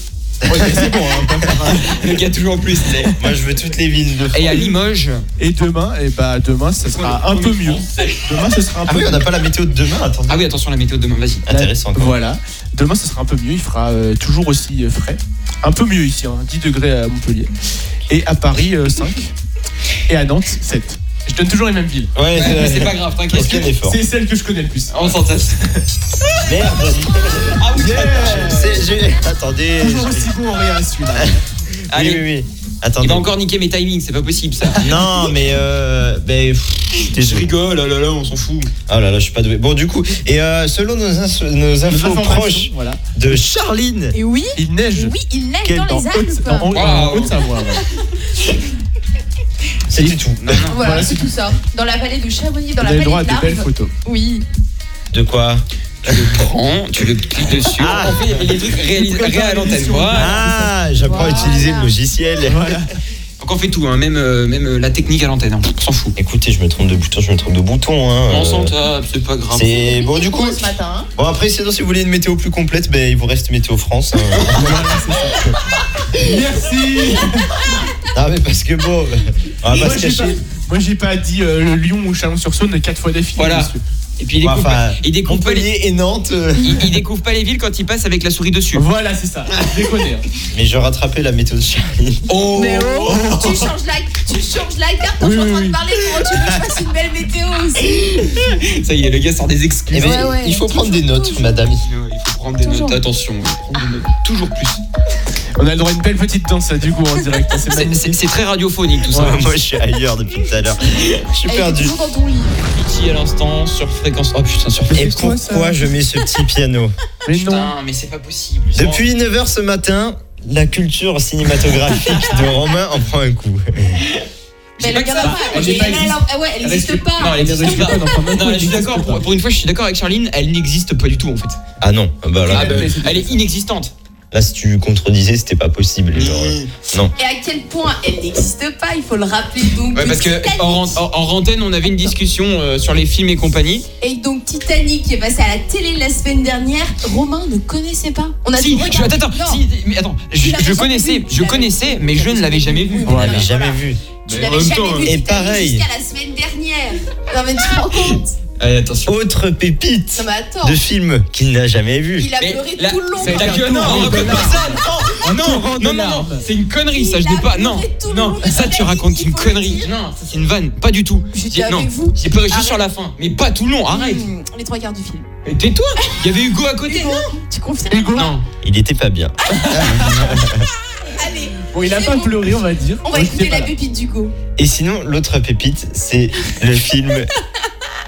Ouais, c'est bon, hein, pas faire un- Le gars toujours plus, tu sais. Moi, je veux toutes les villes de France. Et à Limoges. Et demain, et bah demain, ça sera un peu mieux. Demain, ce sera un Ah peu oui, on n'a pas la météo de demain, attendez. Ah oui, attention la météo de demain, vas-y. Intéressant. quoi. Voilà. Demain, ce sera un peu mieux. Il fera euh, toujours aussi euh, frais. Un peu mieux ici, hein, 10 degrés à Montpellier. Et à Paris, euh, 5. Et à Nantes, 7. Je donne toujours les mêmes villes. Ouais, Ouais, mais c'est c'est pas grave, Est-ce qu'il t'inquiète. y a des forts C'est celle que je connais le plus. On s'en tasse. Merde Ah oui, C'est- je- Attendez. [LAUGHS] Toujours je- aussi bon en réa, celui-là. Oui, Allez. oui, oui. Il va Attendez. encore niquer mes timings, c'est pas possible ça. Non, mais euh. Ben. pff, Je Désolé. rigole, oh là là, on s'en fout. Oh là là, je suis pas doué. Bon, du coup, et euh, selon nos, ins- nos Nos infos informations, proches Voilà. de Charline, Et oui, Il neige. et oui, il neige Quel- dans les Haute- en- Alpes. en- en Waouh. Haute-Savoie. ouais. c'était tout. Voilà, Voilà, c'est c'est tout ça. Dans la vallée de Chamonix, dans Vous la avez vallée le droit à de de belles l'Arve. photos. Oui. De quoi Tu le prends, tu le cliques dessus. Ah. On fait les trucs réalis- réels en tête. Voilà. Ah, j'apprends à Voilà. utiliser le logiciel. Donc on fait tout, hein, même, euh, même euh, la technique à l'antenne, hein, on s'en fout. [LAUGHS] Écoutez, je me trompe de bouton, je me trompe de bouton. Hein, On euh, s'en tape, c'est pas grave. C'est bon, du coup. Ce matin, hein. Bon, après, sinon, si vous voulez une météo plus complète, ben, il vous reste Météo France. hein. Merci. Ah mais parce que bon, on va Moi, pas se j'ai pas, cacher. moi, j'ai pas dit euh, Lyon ou Chalon-sur-Saône quatre fois d'affilée. Voilà. monsieur. Et puis il découvre, Enfin, il découvre pas les, Montpellier et Nantes. euh. il, il découvre pas les villes quand il passe avec la souris [LAUGHS] dessus. Voilà, c'est ça. Déconnez. hein. Mais je rattrapais la météo de Charlie. Eh Oh, Mais oh, tu changes la, tu changes la carte quand Oui, je suis en oui, train oui. de parler. Comment tu veux que je fasse une belle météo aussi ça y est, le gars sort des excuses. Eh ben, Ouais, ouais, il faut prendre des toujours, notes, toujours. madame. Il faut prendre des Toujours. notes, attention, il faut prendre des notes Ah. toujours plus. On a le droit à une belle petite danse là, du coup en direct. C'est C'est- magnifique. C'est c'est très radiophonique tout ça. Ouais, moi je suis ailleurs depuis tout à l'heure. Je suis Elle est perdu. toujours dans ton lit. Ici à l'instant, sur fréquence. Oh putain, sur Et fréquence. quoi, ça pourquoi je mets ce petit piano Mais non. Putain, mais c'est pas possible. Depuis 9h ce matin, la [LAUGHS] culture cinématographique de Romain en prend un coup. C'est Mais elle pas que regarde ça. pas. elle Elle est pas elle- existe. elle- ouais, elle n'existe reste- pas. Ah, Non, elle existe pas. Non, enfin, Non, je suis elle d'accord. existe Pour, pas. pour une fois, je suis d'accord avec Charline, elle n'existe pas du tout en fait. Ah non, ah bah là, Ah, bah, mais c'est- elle est inexistante. là, si tu contredisais, c'était pas possible. genre, euh, Et à quel point elle n'existe pas, il faut le rappeler. Donc, Ouais, parce que Titanic. en, en, en antenne, on avait une discussion euh, sur les films et compagnie. Et donc Titanic qui est passé à la télé la semaine dernière, Romain ne connaissait pas. On a si, tout je- regardé. attends, Non, attends, si, mais attends, je, Tu l'avais je jamais connaissais, vu, tu je l'avais- connaissais, mais je ne l'avais jamais vu. Oui, je voilà. l'ai jamais vu. Tu Mais l'avais en même jamais temps, vu et Titanic pareil. jusqu'à la semaine dernière. Non mais tu [LAUGHS] te rends compte Allez, attention. Autre pépite Non mais attends, de film qu'il n'a jamais vu. il a Mais pleuré là, tout le long. c'est ta quand gueule, même. non, on raconte pas ça, non, non, non, non, non, c'est une connerie, ça, je Il dis a pas, pleuré non, tout le non, long de ça, tu Titanic, racontes il une faut le connerie, dire. non, ça, c'est une vanne, pas du tout. J'étais J'ai- avec non, vous. j'ai pleuré juste Arrête. sur la fin, mais pas tout le long, arrête. Hmm, Les trois quarts du film. Mais Tais-toi, il y avait Hugo à côté. Hugo, tu confirmes Non, Il était pas bien. [LAUGHS] Allez, Bon, il a C'est pas bon. pleuré, on va dire. on va Moi, écouter j'étais pas la là. pépite du go. Et sinon, l'autre pépite, c'est le film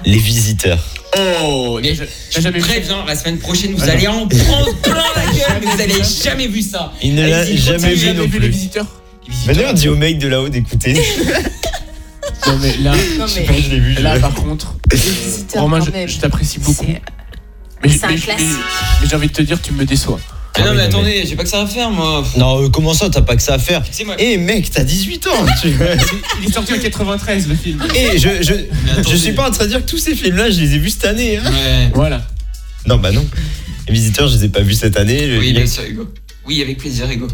Les Visiteurs. Oh, mais j'ai- je, j'ai jamais vous vu. préviens, la semaine prochaine, vous allez en prendre plein la gueule, mais vous n'avez jamais vu ça. Il ne l'a Allez-y, jamais J'ai vu jamais non vu plus. les visiteurs. Maintenant, on dit au mec de là-haut d'écouter. Non mais là, Non mais, Moi, je l'ai vu. je- là par contre, les visiteurs Romain, quand je, même. je t'apprécie beaucoup. C'est- Mais, c'est un mais- classique. mais- mais j'ai envie de te dire, tu me déçois. Mais non, mais Ah oui, non, mais- attendez, j'ai pas que ça à faire, moi. Non, euh, comment ça, t'as pas que ça à faire C'est moi. Eh mec, t'as 18 ans tu vois. [LAUGHS] Il est sorti en 93 le film. Eh, je, je, je attendez. suis pas en train de dire que tous ces films-là, je les ai vus cette année. hein. Ouais. Voilà. Non, bah non. Les Visiteurs, je les ai pas vus cette année. je- Oui, il bien est- sûr, Hugo. Oui, avec plaisir, Hugo.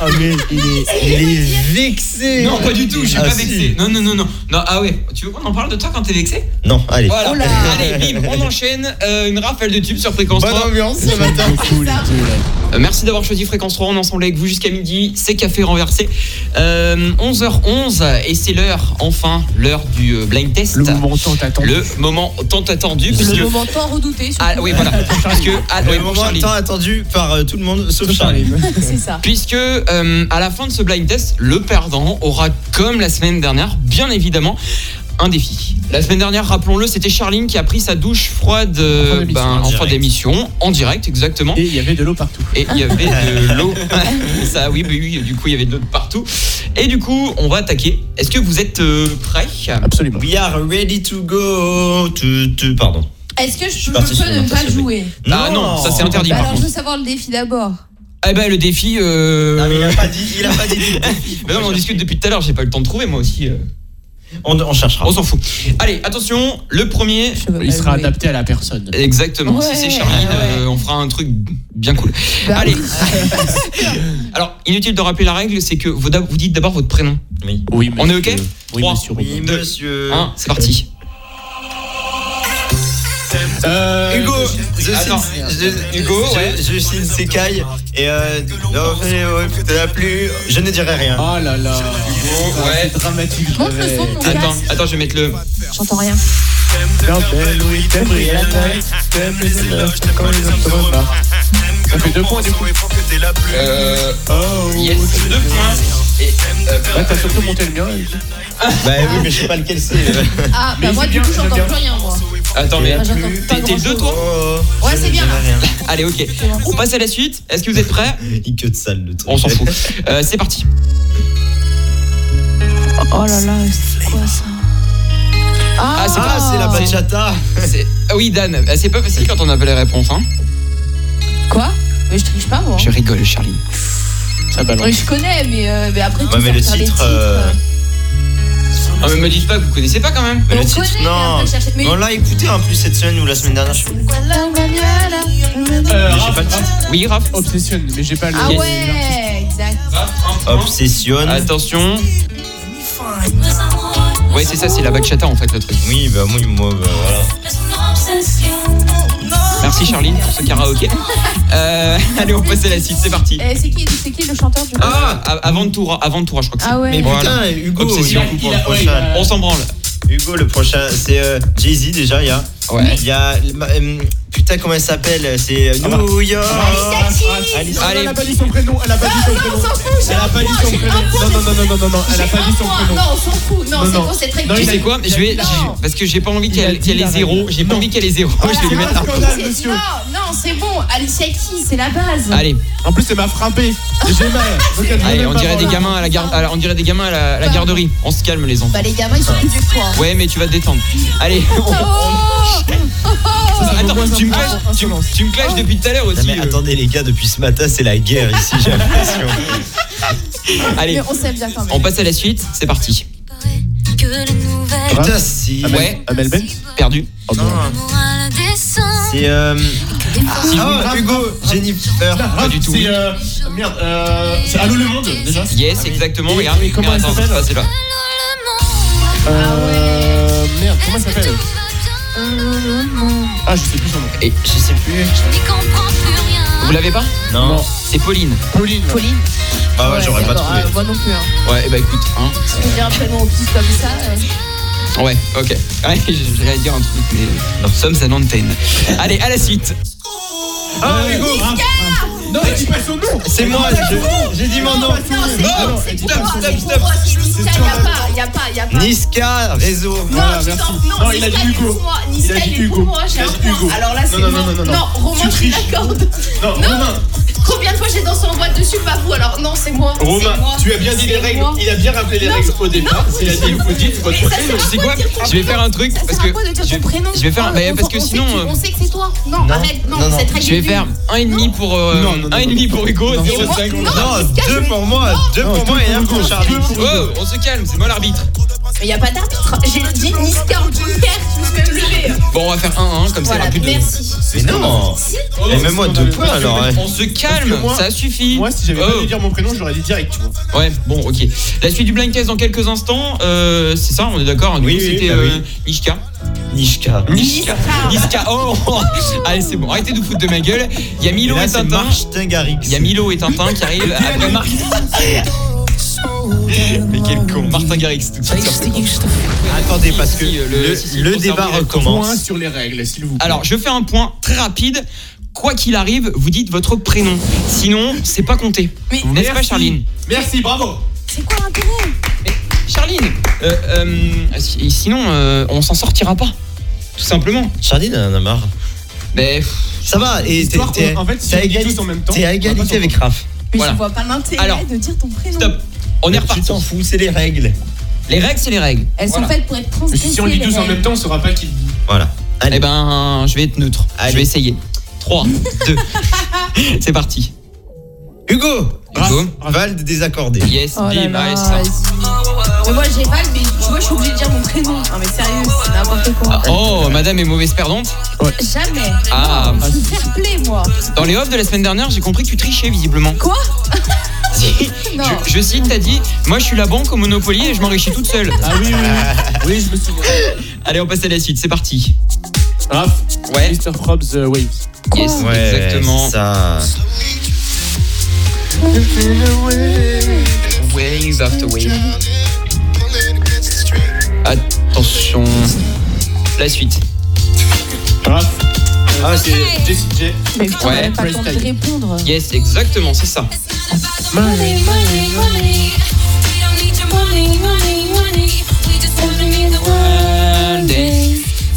Ah, mais il est, il est vexé Non, pas du tout, je suis Ah, pas si. vexé. Non, non, non, non. Non, ah ouais, tu veux qu'on en parle de toi quand t'es vexé Non, allez. Voilà. Allez, bim, on enchaîne. euh, une rafale de tubes sur Fréquence Bonne 3. ambiance ce [LAUGHS] matin. Beaucoup, les deux, là. Euh, merci d'avoir choisi Fréquence 3. On est ensemble avec vous jusqu'à midi. C'est Café Renversé. Euh, 11h11 et c'est l'heure, enfin, l'heure du euh, blind test. Le moment tant attendu. Le moment tant attendu. Le puisque- moment tant redouté, surtout. Ah oui, voilà. Parce que, ah, Le ouais, pour moment Charlie. tant attendu par euh, tout le monde, sauf Charlie. c'est ça. Puisque euh, à la fin de ce blind test, le perdant aura, comme la semaine dernière, bien évidemment, un défi. La semaine dernière, rappelons-le, c'était Charline qui a pris sa douche froide euh, En fin d'émission, ben, en en fin direct. d'émission, en direct, exactement. Et il y avait de l'eau partout. Et il y avait de l'eau. [LAUGHS] Ça, oui, oui, oui, du coup, il y avait de l'eau de partout. Et du coup, on va attaquer. Est-ce que vous êtes euh, prêts Absolument. We are ready to go. Tu- tu- Pardon. Est-ce que je, suis peux parti sur ne pas l'orientation, mais- jouer Ah non, ça c'est interdit Bah par Alors je contre. veux savoir le défi d'abord. Eh ben le défi. euh, Ah, mais il a pas dit, il a pas dit. Ben non, [LAUGHS] mais on discute depuis tout à l'heure, j'ai pas eu le temps de trouver moi aussi. euh. On, on cherchera. Ah, On s'en fout. Allez, attention, le premier. Je veux Il pas sera jouer. adapté à la personne. Exactement. Ouais, Ah si c'est Charline, ouais. euh, on fera un truc bien cool. Bah Allez. oui. Alors, inutile de rappeler la règle, c'est que vous, vous dites d'abord votre prénom. Oui. Oui, euh, On est OK Oui, Trois. monsieur. Oui, Deux. monsieur. Hein, c'est parti. Euh, Hugo, je Attends. signe, Ah, je- Hugo, je- ouais. je signe Sekai et euh, non, mais, ouais, tu t'as plus. Je ne dirai rien. Oh là là. Hugo, Ah, ouais. C'est dramatique. je Montre le l'avais. son de mon Attends, casque. attends, je vais mettre le. J'entends rien. Non, ben oui, t'aimes rien, t'aimes les éloges, t'aimes quand les hommes te remarquent. On fait deux points du coup. Euh. Oh, Yes, deux points. Et. euh, Là, t'as surtout monté le mien. Bah oui, mais je sais pas lequel c'est. Ah bah Mais moi c'est du bien, coup c'est j'entends bien. plus rien moi. attends, mais. Moi, j'entends pas T'es t'es le grand-chose. deux, toi Oh, Ouais, je c'est ne bien. dirai rien. Allez, ok. On passe à la suite. Est-ce que vous êtes prêts Il que de sale le truc. On s'en fout. Euh, c'est parti. Oh là là, c'est quoi ça Ah, c'est pas- Ah, c'est la bachata. c'est- Ah oui, Dan, euh, c'est pas facile quand on a pas les réponses, hein. Quoi Mais je triche pas moi. Je rigole, Charlie. Ça Ouais, balance. je connais, mais, euh, mais après, tu Ouais, mais sais le faire les titre, titres. euh, Ah, mais me dites pas que vous connaissez pas quand même. Mais On le titre, connaît, non. mais après, chercher- mais- On l'a écouté en plus cette semaine ou la semaine dernière. Je suis Euh, mais ah, j'ai pas le titre. Oui, Raph. Obsession, mais j'ai pas le. Ah ouais, exact. Obsession. Attention. Ouais, c'est ça, c'est la bachata en fait le truc. Oui, bah oui, moi, bah, voilà. Merci Charline pour ce karaoké. Euh, allez, on passe à la suite, c'est parti. Eh, c'est qui, c'est qui le chanteur du coup Ah, a- avant de tour, avant de tour, je crois que c'est. Ah ouais. Mais Voilà. putain, Hugo, Obsession. du coup, pour Il le a- ouais, prochain. il a- On s'en branle. Hugo, le prochain, c'est euh, Jay-Z déjà, il y a. Ouais. Il y a. euh, putain, comment elle s'appelle C'est Ah, euh, New York. Alice- Allez. Allez. Ah, Elle a pas dit son prénom. Elle a pas dit Ah, son prénom. Elle a pas dit son prénom. Non, non, non, non, non, non, non. Elle a J'ai pas un dit son point. prénom. Non, on s'en fout. Non, Non, c'est non. bon, c'est très Non, Tu il a- sais quoi Je vais. il a- j'ai- Parce que j'ai pas envie Il a qu'elle dit qu'elle ait la zéro. règle. J'ai pas Non. envie qu'elle ait zéro. Je vais lui mettre un. scandale, C'est- monsieur. Non, non, c'est bon. Alicia Keys, c'est la base. Allez, En plus, elle m'a frappé. J'ai mal. Donc, elle allez, veut on même dirait pas des voir. gamins à la garde, à la- on dirait des gamins à la, à la garderie. On se calme les enfants. Bah, les gamins, ils sont plus du poids. Ouais, mais tu vas te détendre. Allez, on- Oh attends, tu me Ah, clashes, tu, me- tu me clashes depuis tout à l'heure Non, aussi. mais euh. attendez, les gars, depuis ce matin, c'est la guerre ici, j'ai l'impression. [LAUGHS] Hein Allez, Mais on s'aime bien quand même. on passe à la suite. C'est parti. Putain, si. Amel- Ouais. Amel Bent Perdu. Oh, non. C'est. Euh... Ah, Grave, Hugo, Jennifer. Ah, Pas du tout. C'est euh, merde, euh, c'est Allô le monde déjà. Yes, exactement. Regarde. mais comment Regarde, elle attends, s'appelle ça, c'est là. Ah, Euh, merde, comment elle s'appelle Ah, je sais plus son nom. Et je sais plus. Vous l'avez pas Non. C'est Pauline. Pauline. Pauline Ah ouais, j'aurais pas d'accord, trouvé. euh, Moi non plus. hein. Ouais, bah écoute, hein. Parce que j'ai un prénom au pif comme ça. euh, Ouais, ok. [LAUGHS] Ouais, je- j'allais dire un truc, mais nous sommes à l'antenne. Allez, à la suite. Ah, Hugo, Non, mais dis pas son nom. c'est moi, je- j'ai dit mon nom. Non, c'est Oh, c'est stop, pour moi, stop, c'est pour stop. moi, c'est Niska, y a pas, y a pas, y a pas. Niska, réseau. Voilà, non, tu merci. t'en- non, Non, il Niska, a dit il est Hugo. pour moi. Il a Niska, dit il est pour Hugo. moi, j'ai Il a un dit point. Hugo. Alors là, c'est Non, non, mort. non, non, non. Non, Romain, Tu je suis triches. d'accord. Non, Non. Romain. Combien de fois j'ai dansé en boîte dessus Pas vous, alors non, c'est moi. Romain, c'est moi, tu as bien dit les c'est règles. moi. Il a bien rappelé les Non, règles au départ. non, Il a dit vous dites Mais votre ça prénom. sert à Tu sais quoi quoi de dire ton Je vais faire un truc Ça parce sert que à quoi de dire je, ton prénom je vais faire un- Ah, bah, on- parce que on sait sinon, tu- euh, on sait que c'est toi. Non, Non, arrête, non, non, non. cette règle. je vais est faire nulle. un et demi pour euh, Non, non, non, un et demi non. pour Hugo, Non, 0,5. non, Non, Niska, je deux vais- pour moi, deux Non, pour deux moi et pour un Hugo. pour Charlie. Deux pour Oh, on se calme, c'est moi l'arbitre. Mais y a pas d'arbitre. J'ai dit Niska en première, je me suis même levée. Bon, on va faire 1-1 comme ça, il y Voilà, aura plus de. merci. Mais non. Oh, Et même moi, deux scandaleux. points, alors, hein. ouais. On se calme, Parce que moi- ça suffit. Moi, si j'avais Oh. pas dû dire mon prénom, j'aurais dit direct, tu vois. Ouais, bon, ok. La suite du blind test dans quelques instants. euh, c'est ça, on est d'accord. hein, du Oui, coup, oui, c'était bah euh, oui. Nishka. Nishka. Nishka. Nishka. Oh, Allez, c'est bon. Arrêtez de vous foutre de ma gueule. Il y a Et Milo là, et c'est Tintin. Martin Garrix. Il y a Milo et Tintin qui arrivent après Marc. Mais quel con. Martin Garrix, tout de suite sur ses comptes. Attendez, parce que Si, si, euh, le- si, si, le, le pour débat servir euh, le Point recommence. sur les règles, s'il vous plaît. Alors, je fais un point très rapide. Quoi qu'il arrive, vous dites votre prénom. Sinon, c'est pas compté. Mais- N'est-ce pas, Charline Merci, bravo. C'est quoi l'intérêt Charline euh, euh, si- Sinon, euh, on s'en sortira pas. Tout simplement. Charline en a marre. Mais pff, euh, Ça va, et t'es Histoire t'es- qu'on- en fait, si t'es à on dit égalité- tous en même temps, t'es à on va pas égalité s'en avec Raph. Mais Voilà. je vois pas l'intérêt Alors, de dire ton prénom. stop. On est reparti. Tu t'en fous, c'est les règles. Les règles, c'est les règles. Elles sont Voilà. faites pour être transgressées. Si on le dit les tous en règles. même temps, on saura pas qui. Voilà. Allez. Eh ben, je vais être neutre. Je Allez. vais essayer. [LAUGHS] 3, 2, c'est parti. Hugo Hugo. Vald désaccordé. Yes, Oh là bim, là, allez, c'est hein. ça. Mais moi j'ai pas, mais tu vois, je suis obligée de dire mon prénom. Non mais sérieux, c'est n'importe quoi. Ah, oh, madame est mauvaise perdante. Jamais. Ah, Je suis fair play, moi. dans les offs de la semaine dernière, j'ai compris que tu trichais visiblement. Quoi Si, Oh. Non. je, je cite, t'as dit Moi, je suis la banque au Monopoly et je m'enrichis toute seule. Ah oui, oui, [LAUGHS] oui. Oui, je me souviens. Allez, on passe à la suite, c'est parti. Raph, Ouais, Mr. Probs euh, Waves. yes, exactement. c'est Ça. Waves after wave. Attention. La suite. Raph, Ah, c'est. JCJ. Mais putain, Ouais, on avait pas le freestyle. temps de répondre. Yes, exactement, c'est ça.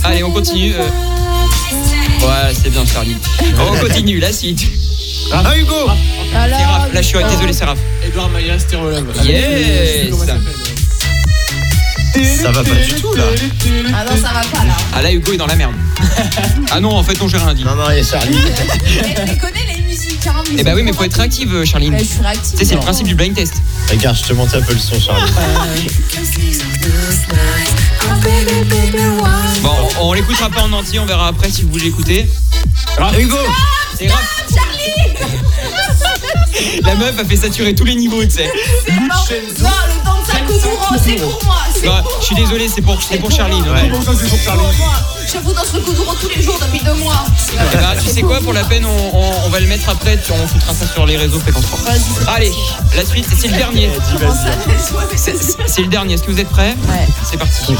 Allez, on continue. euh. Ouais, c'est bien, Charlie. On continue, la suite. Ah, Hugo Séraph, là, je suis euh, désolé, Séraph. Edouard Maya, Stérolove. Yes. Ça va pas du tout, là. Ah non, ça va [LAUGHS] pas là. Ah là, Hugo est dans la [LAUGHS] merde. Ah non, en fait, non, j'ai rien dit. Non, non, il y a Charlie. Mais je les connais les musiques, hein. Eh bah oui, mais faut être réactive, euh, Charline. Bah, je Tu suis réactive. sais, c'est le alors. principe du blind test. Regarde, je te monte un peu le son, Charlie. Bon, on, on l'écoutera pas en entier, on verra après si vous l'écoutez. Hugo C'est Ah, grave. La meuf a fait saturer tous les niveaux, tu sais. C'est mort. Non, le temps de ça Kumuro, c'est pour moi. C'est Non, pour Bah, je suis moi. désolé, c'est pour, c'est pour Charline. Ouais. Comment ça, c'est pour C'est Charlie pour moi. Je vous dans ce Kuduro tous les jours depuis deux mois. Eh bah, tu sais quoi, pour la peine, on, on- on va le mettre après, tu- on foutra ça sur les réseaux fréquence 3. Allez, la suite, c'est le dernier. Comment ça, les ouais, mais C'est- C'est c'est le dernier, est-ce que vous êtes prêts Ouais. C'est parti.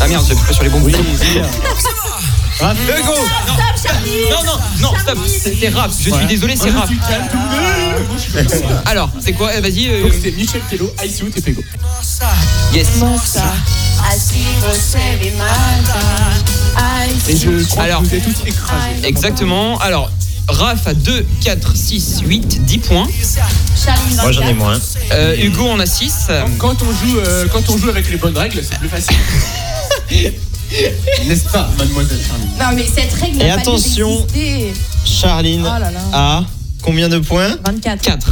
Ah merde, j'appuie pas sur les bons boutons. Raph, Hugo Non, Stop, Charlie non, non, non, stop, c'est c'est rap, je suis désolé, c'est rap. Euh, Alors, c'est quoi Eh, Vas-y, euh, Donc c'est Michel Tello, ICU, TPGO. yes. Et je crois Alors. Ah, que vous êtes tous écrasés. Exactement. Alors, Raph a 2, 4, 6, 8, 10 points. Charlie, Ah, Moi, j'en ai moins. Euh, Hugo en a 6. Quand on, joue, euh, quand on joue avec les bonnes règles, c'est plus facile. N'est-ce pas, mademoiselle Charlie Non, mais cette règle n'a Et pas dû attention. exister. Charline Oh Ah, là là. Ah. a combien de points 24. 4.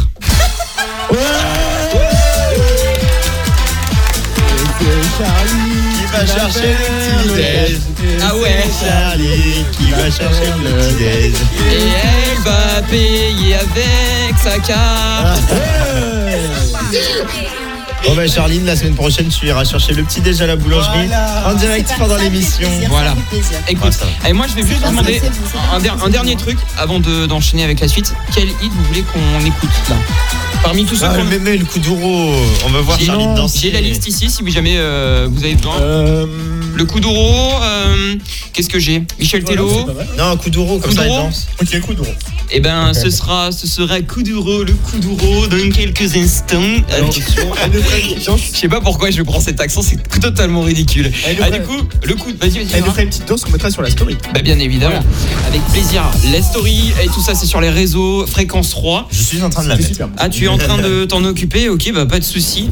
Qui va chercher le petit-déj Ah ouais Charlie qui va chercher le petit-déj. Et elle va payer avec sa carte. Bon bah Charline, la semaine prochaine tu iras chercher le petit déj à la boulangerie en direct pendant l'émission. Voilà. Écoute, ça et moi je vais juste vous Non, demander c'est- c'est- c'est- un, der- un dernier truc avant de- d'enchaîner avec la suite. Quel hit vous voulez qu'on écoute là Parmi tous ceux Ah, qu'on le mémé, le coup d'euro, on va voir J'ai- Charline danser. J'ai la liste ici si vous jamais euh, vous avez besoin. Le coup d'euro, euh, qu'est-ce que j'ai Michel Tello. Non, un coup d'euro, comme Coup ça elle d'euro danse. Ok, coup d'euro. Eh ben, ce sera, ce sera coup d'euro, le coup d'euro dans quelques instants. Alors, Avec- Je sais pas pourquoi je prends cet accent, c'est totalement ridicule. Eh, Ah, du coup, le coup, vas-y, vas-y. Elle nous Gérard. ferait une petite danse qu'on mettra sur la story. Bah, bien évidemment, avec plaisir. La story et tout ça, c'est sur les réseaux, fréquence 3. Je suis en train de la C'est mettre. super. Ah, tu es en train de t'en occuper Ok, bah pas de souci.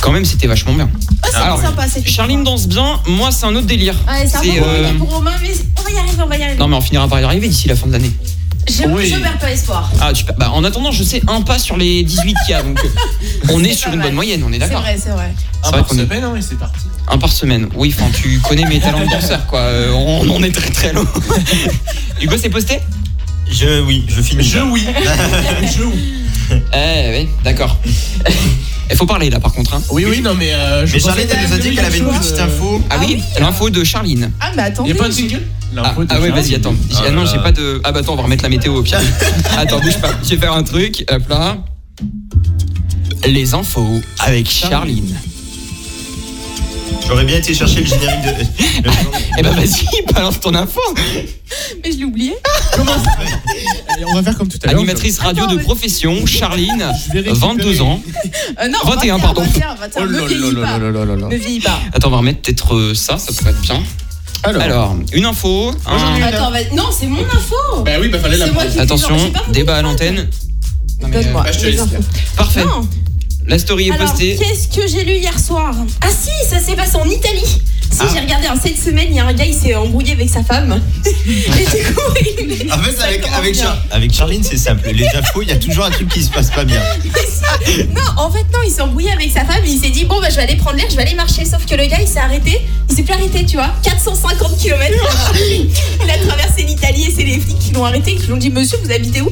Quand même, c'était vachement bien. Alors, sympa, Ah, c'est Ah, Charline danse bien, moi c'est un autre délire. Ouais, c'est un C'est, peu compliqué euh, pour Romain, mais on va y arriver, on va y arriver. Non mais on finira par y arriver d'ici la fin de l'année. je, oui. je perds pas espoir. Ah, tu... bah, en attendant, je sais un pas sur les 18 qu'il y a, donc euh, [LAUGHS] on est, C'est sur pas une mal. bonne moyenne, on est C'est d'accord. vrai, c'est vrai. C'est Un vrai par qu'on est semaine, hein, et c'est parti. un par semaine. Oui, enfin, tu connais mes talents de danseur, quoi. Euh, on en est très très [LAUGHS] loin. Hugo, c'est posté Je, oui, je finis. Je là. [LAUGHS] oui. Je oui. Eh, ouais, d'accord. [LAUGHS] Il faut parler là, par contre. hein. Oui, oui, non, mais. euh, je Mais pensais Charline qu'elle elle nous a dit qu'elle avait une quelque petite chose, euh, info. Ah, oui, l'info de Charline. Ah, mais attendez. Il n'y a pas de jingle Ah, ah ouais, vas-y, attends. J'ai- ah non, j'ai pas de. Ah bah attends, on va remettre la météo au pire. [LAUGHS] attends, bouge pas. Je vais faire un truc. Hop là. Les infos avec Charline. J'aurais bien été chercher le générique [LAUGHS] de. le- Eh bah vas-y, [LAUGHS] balance ton info. Mais je l'ai oublié. Allez, on va faire comme tout à l'heure. Animatrice radio de profession, Charline, Je vais récupérer. 22 ans. Euh, non, 21, 21, pardon. 21, Oh 21, là ne vieillis là là pas. là là là là. Ne vieillis pas. Attends, on va remettre peut-être euh, ça, ça pourrait être bien. Alors, une info. hein. un- Attends, vas-y. Non, c'est mon info. Bah oui, bah fallait la C'est moi qui- Attention, j'ai pas compris. débat à l'antenne. Non, mais, euh, Donne-moi. bah, je te les laisse infos. Parfait. Non. La story est Alors, postée. qu'est-ce que j'ai lu hier soir Ah si, ça s'est passé en Italie. Si, j'ai regardé en cette semaine, il y a un gars, il s'est embrouillé avec sa femme. Et du coup, il En fait, avec, commence avec, bien. Char- avec Charline, c'est simple. Les infos, il y a toujours un truc qui se passe pas bien. [LAUGHS] Non, en fait, non, il s'est embrouillé avec sa femme et il s'est dit Bon, bah, je vais aller prendre l'air, je vais aller marcher. Sauf que le gars, il s'est arrêté. Il s'est plus arrêté, tu vois. 450 km. il a traversé l'Italie et c'est les flics qui l'ont arrêté et qui lui ont dit Monsieur, vous habitez où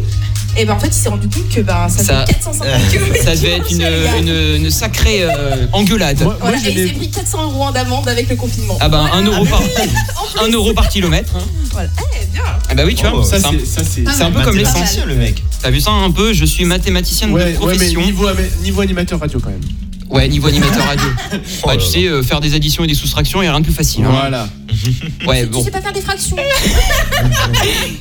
Et ben, en fait, il s'est rendu compte que ben, ça, Ça- fait 450 km. Ça devait être une, une- une sacrée euh, engueulade. Moi, moi, Voilà, je et il l'ai- s'est pris 400 euros en amende avec le confinement. Ah bah un euro par, En plus, un euro par kilomètre. hein. voilà. Eh, bien. Ah bah oui tu Oh, vois. ça, c'est un- c'est- ça, C'est c'est. Bah, un peu comme Mathématicien. l'essence. Mathématicien, le mec. T'as vu ça un peu Je suis mathématicienne Ouais, de ouais, mais profession. niveau, ama- niveau animateur radio quand même. Ouais, niveau animateur radio. Oh Bah, là tu là. sais, euh, faire des additions et des soustractions, il a rien de plus facile. hein. Voilà. Ouais, Tu bon, sais pas faire des fractions.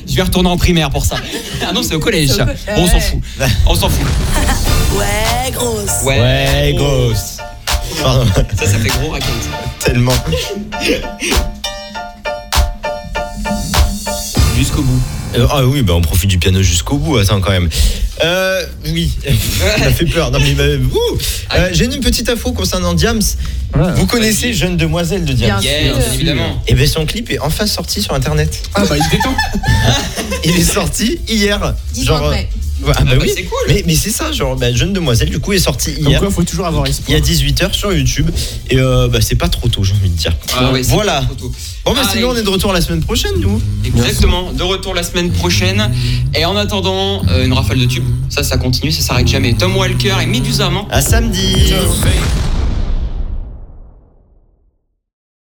je vais retourner en primaire pour ça. [LAUGHS] Ah non, c'est au collège. C'est ça. au co- Bon, on s'en Ouais. fout. On s'en fout. Ouais, grosse. Ouais. Ouais, grosse. Pardon, Ça, ça fait gros raconte. tellement. Jusqu'au bout. Euh, ah oui, bah on profite du piano jusqu'au bout, attends quand même. Euh, [LAUGHS] oui, ça m'a fait peur. Non, mais, bah, ouh. Ah Euh, J'ai une petite info concernant Diams. Vous connaissez Jeune Demoiselle de Diams Bien sûr. Yeah, bien évidemment. Et bien son clip est enfin sorti sur [LAUGHS] internet. Ah bah il se détend. Il est sorti hier. 10 ans euh, après. ouais, ah bah Ah bah, oui. c'est cool. Mais, mais c'est ça, genre, bah, Jeune Demoiselle, du coup, est sorti Donc hier. quoi, faut toujours avoir Il y espoir. a 18h sur YouTube. Et euh, bah, c'est pas trop tôt, j'ai envie de dire. Ah ouais, c'est voilà. trop tôt. Bon, bah, sinon, on Allez. est de retour la semaine prochaine, nous. Exactement. De retour la semaine prochaine. Et en attendant, euh, hein. une rafale de tubes. Ça, ça continue, ça s'arrête jamais. Tom Walker et Medusa, non À samedi. Fake